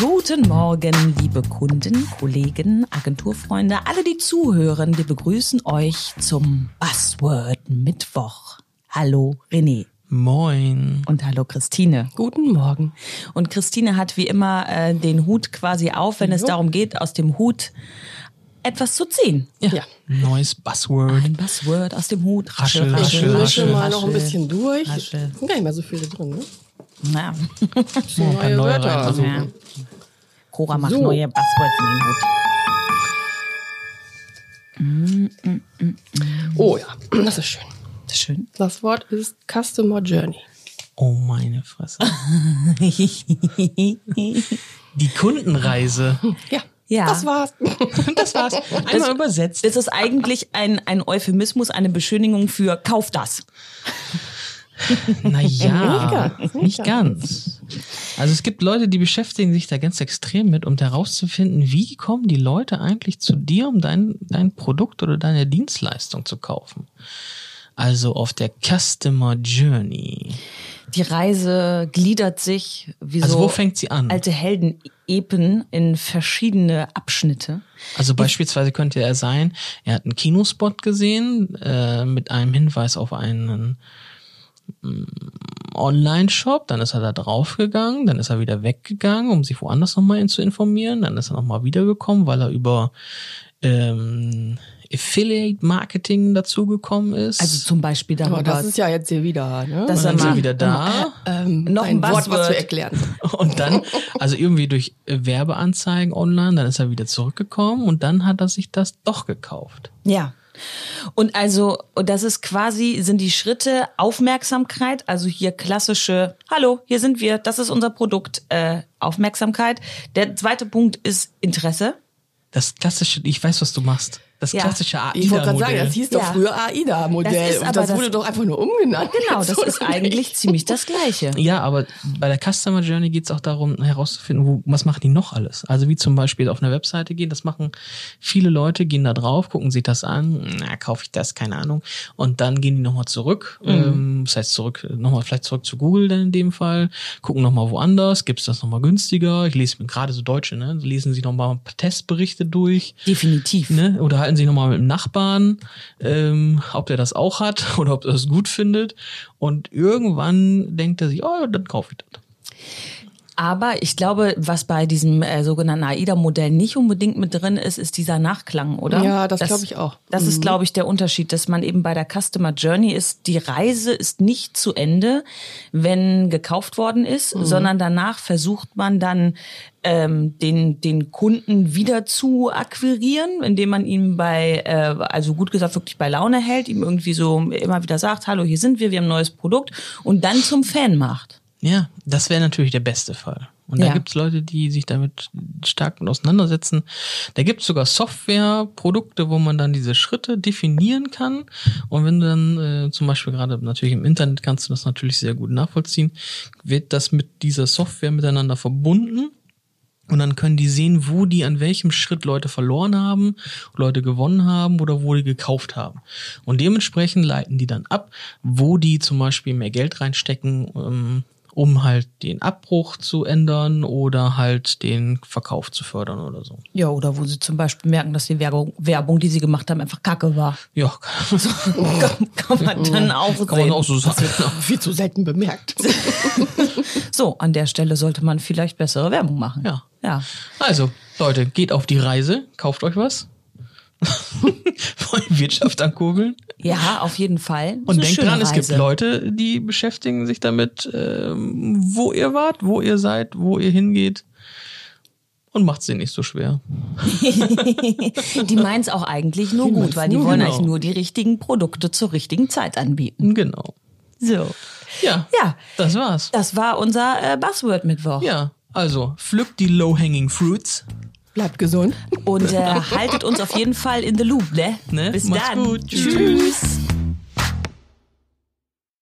Guten Morgen, liebe Kunden, Kollegen, Agenturfreunde, alle die zuhören. Wir begrüßen euch zum Buzzword Mittwoch. Hallo René Moin. und hallo Christine. Guten Morgen. Und Christine hat wie immer äh, den Hut quasi auf, wenn es darum geht, aus dem Hut etwas zu ziehen. Ja. Neues Buzzword. Ein Buzzword aus dem Hut. Raschel, Ich raschel, mische raschel, mal noch ein raschel, bisschen durch. raschel. Sind gar nicht mehr so viele drin, ne? Na, Mal ein paar Neue neue Wörter. reinversuchen. ja. Cora macht So. neue Buzzwords in den Hut. Oh ja, das ist schön. Schön. Das Wort ist Customer Journey. Oh meine Fresse. Die Kundenreise. Ja, Ja. Oh das war's. Das war's. Einmal übersetzt. Es ist eigentlich ein, ein Euphemismus, eine Beschönigung für kauf das. Naja, Nicht ganz, nicht nicht ganz. Also es gibt Leute, die beschäftigen sich da ganz extrem mit, um herauszufinden, wie kommen die Leute eigentlich zu dir, um dein, dein Produkt oder deine Dienstleistung zu kaufen. Also auf der Customer Journey. Die Reise gliedert sich wie Also so wo fängt sie an? alte Helden-Epen in verschiedene Abschnitte. Also beispielsweise könnte er sein, er hat einen Kinospot gesehen äh, mit einem Hinweis auf einen mm, Online-Shop, dann ist er da draufgegangen, dann ist er wieder weggegangen, um sich woanders nochmal zu informieren, dann ist er nochmal wiedergekommen, weil er über ähm, Affiliate-Marketing dazugekommen ist. Also zum Beispiel darüber, Aber Oh, das ist ja jetzt hier wieder, Das- ne? und dann sag ist mal, äh, er wieder da ähm, noch ein ein Wort, was Buzzword. wir erklären. und dann, also irgendwie durch äh, Werbeanzeigen online, dann ist er wieder zurückgekommen und dann hat er sich das doch gekauft. Ja. Und also, und das ist quasi, sind die Schritte Aufmerksamkeit, also hier klassische, hallo, hier sind wir, das ist unser Produkt, äh, Aufmerksamkeit. Der zweite Punkt ist Interesse. Das klassische, ich weiß, was du machst. Das Ja. klassische Ich wollte gerade sagen, das AIDA-Modell. hieß doch Ja. früher AIDA-Modell. Das ist und aber das das- wurde doch einfach nur umgenannt. Genau, das So ist eine- eigentlich ziemlich das Gleiche. Ja, aber bei der Customer Journey geht's auch darum, herauszufinden, wo, was machen die noch alles. Also wie zum Beispiel auf eine Webseite gehen, das machen viele Leute, gehen da drauf, gucken sich das an, na, kaufe ich das, keine Ahnung. Und dann gehen die nochmal zurück, Mhm. ähm, das heißt zurück, nochmal vielleicht zurück zu Google dann in dem Fall, gucken nochmal woanders, gibt's das nochmal günstiger. Ich lese mir gerade so Deutsche, ne? Lesen sie nochmal Testberichte durch. Definitiv. ne? Oder halten sich nochmal mit dem Nachbarn, ähm, ob der das auch hat oder ob er das gut findet. Und irgendwann denkt er sich, oh, dann kaufe ich das. Aber ich glaube, was bei diesem äh, sogenannten AIDA-Modell nicht unbedingt mit drin ist, ist dieser Nachklang, oder? Ja, das glaub ich auch. Mhm. Das ist, glaube ich, der Unterschied, dass man eben bei der Customer Journey ist, die Reise ist nicht zu Ende, wenn gekauft worden ist, Mhm. sondern danach versucht man dann ähm, den, den Kunden wieder zu akquirieren, indem man ihn bei, äh, also gut gesagt, wirklich bei Laune hält, ihm irgendwie so immer wieder sagt, hallo, hier sind wir, wir haben ein neues Produkt und dann zum Fan macht. Ja, das wäre natürlich der beste Fall. Und Ja. da gibt's Leute, die sich damit stark mit auseinandersetzen. Da gibt's sogar Software, Produkte, wo man dann diese Schritte definieren kann. Und wenn du dann äh, zum Beispiel gerade natürlich im Internet kannst du das natürlich sehr gut nachvollziehen, wird das mit dieser Software miteinander verbunden. Und dann können die sehen, wo die an welchem Schritt Leute verloren haben, Leute gewonnen haben oder wo die gekauft haben. Und dementsprechend leiten die dann ab, wo die zum Beispiel mehr Geld reinstecken, ähm, um halt den Abbruch zu ändern oder halt den Verkauf zu fördern oder so. Ja, oder wo sie zum Beispiel merken, dass die Werbung, Werbung die sie gemacht haben, einfach kacke war. Ja, kann man so- Genau. kann, kann man dann auch sehen. Oh. kann man auch so sagen. Viel zu selten bemerkt. So, an der Stelle sollte man vielleicht bessere Werbung machen. Ja. Ja. Also, Leute, geht auf die Reise, kauft euch was. Wollen Wirtschaft ankurbeln? Ja, auf jeden Fall. Ist Und eine denkt schöne dran, es gibt Reise. Leute, die beschäftigen sich damit, ähm, wo ihr wart, wo ihr seid, wo ihr hingeht. Und macht sie nicht so schwer. Die meinen es auch eigentlich nur gut, meinen's weil die nur wollen genau. eigentlich nur die richtigen Produkte zur richtigen Zeit anbieten. Genau. So. Ja. Ja. Das war's. Das war unser äh, Buzzword-Mittwoch. Ja. Also, pflückt die low-hanging fruits. Bleibt gesund. Und äh, haltet uns auf jeden Fall in the loop, ne? Ne? Bis Macht's dann. gut. Tschüss. Tschüss.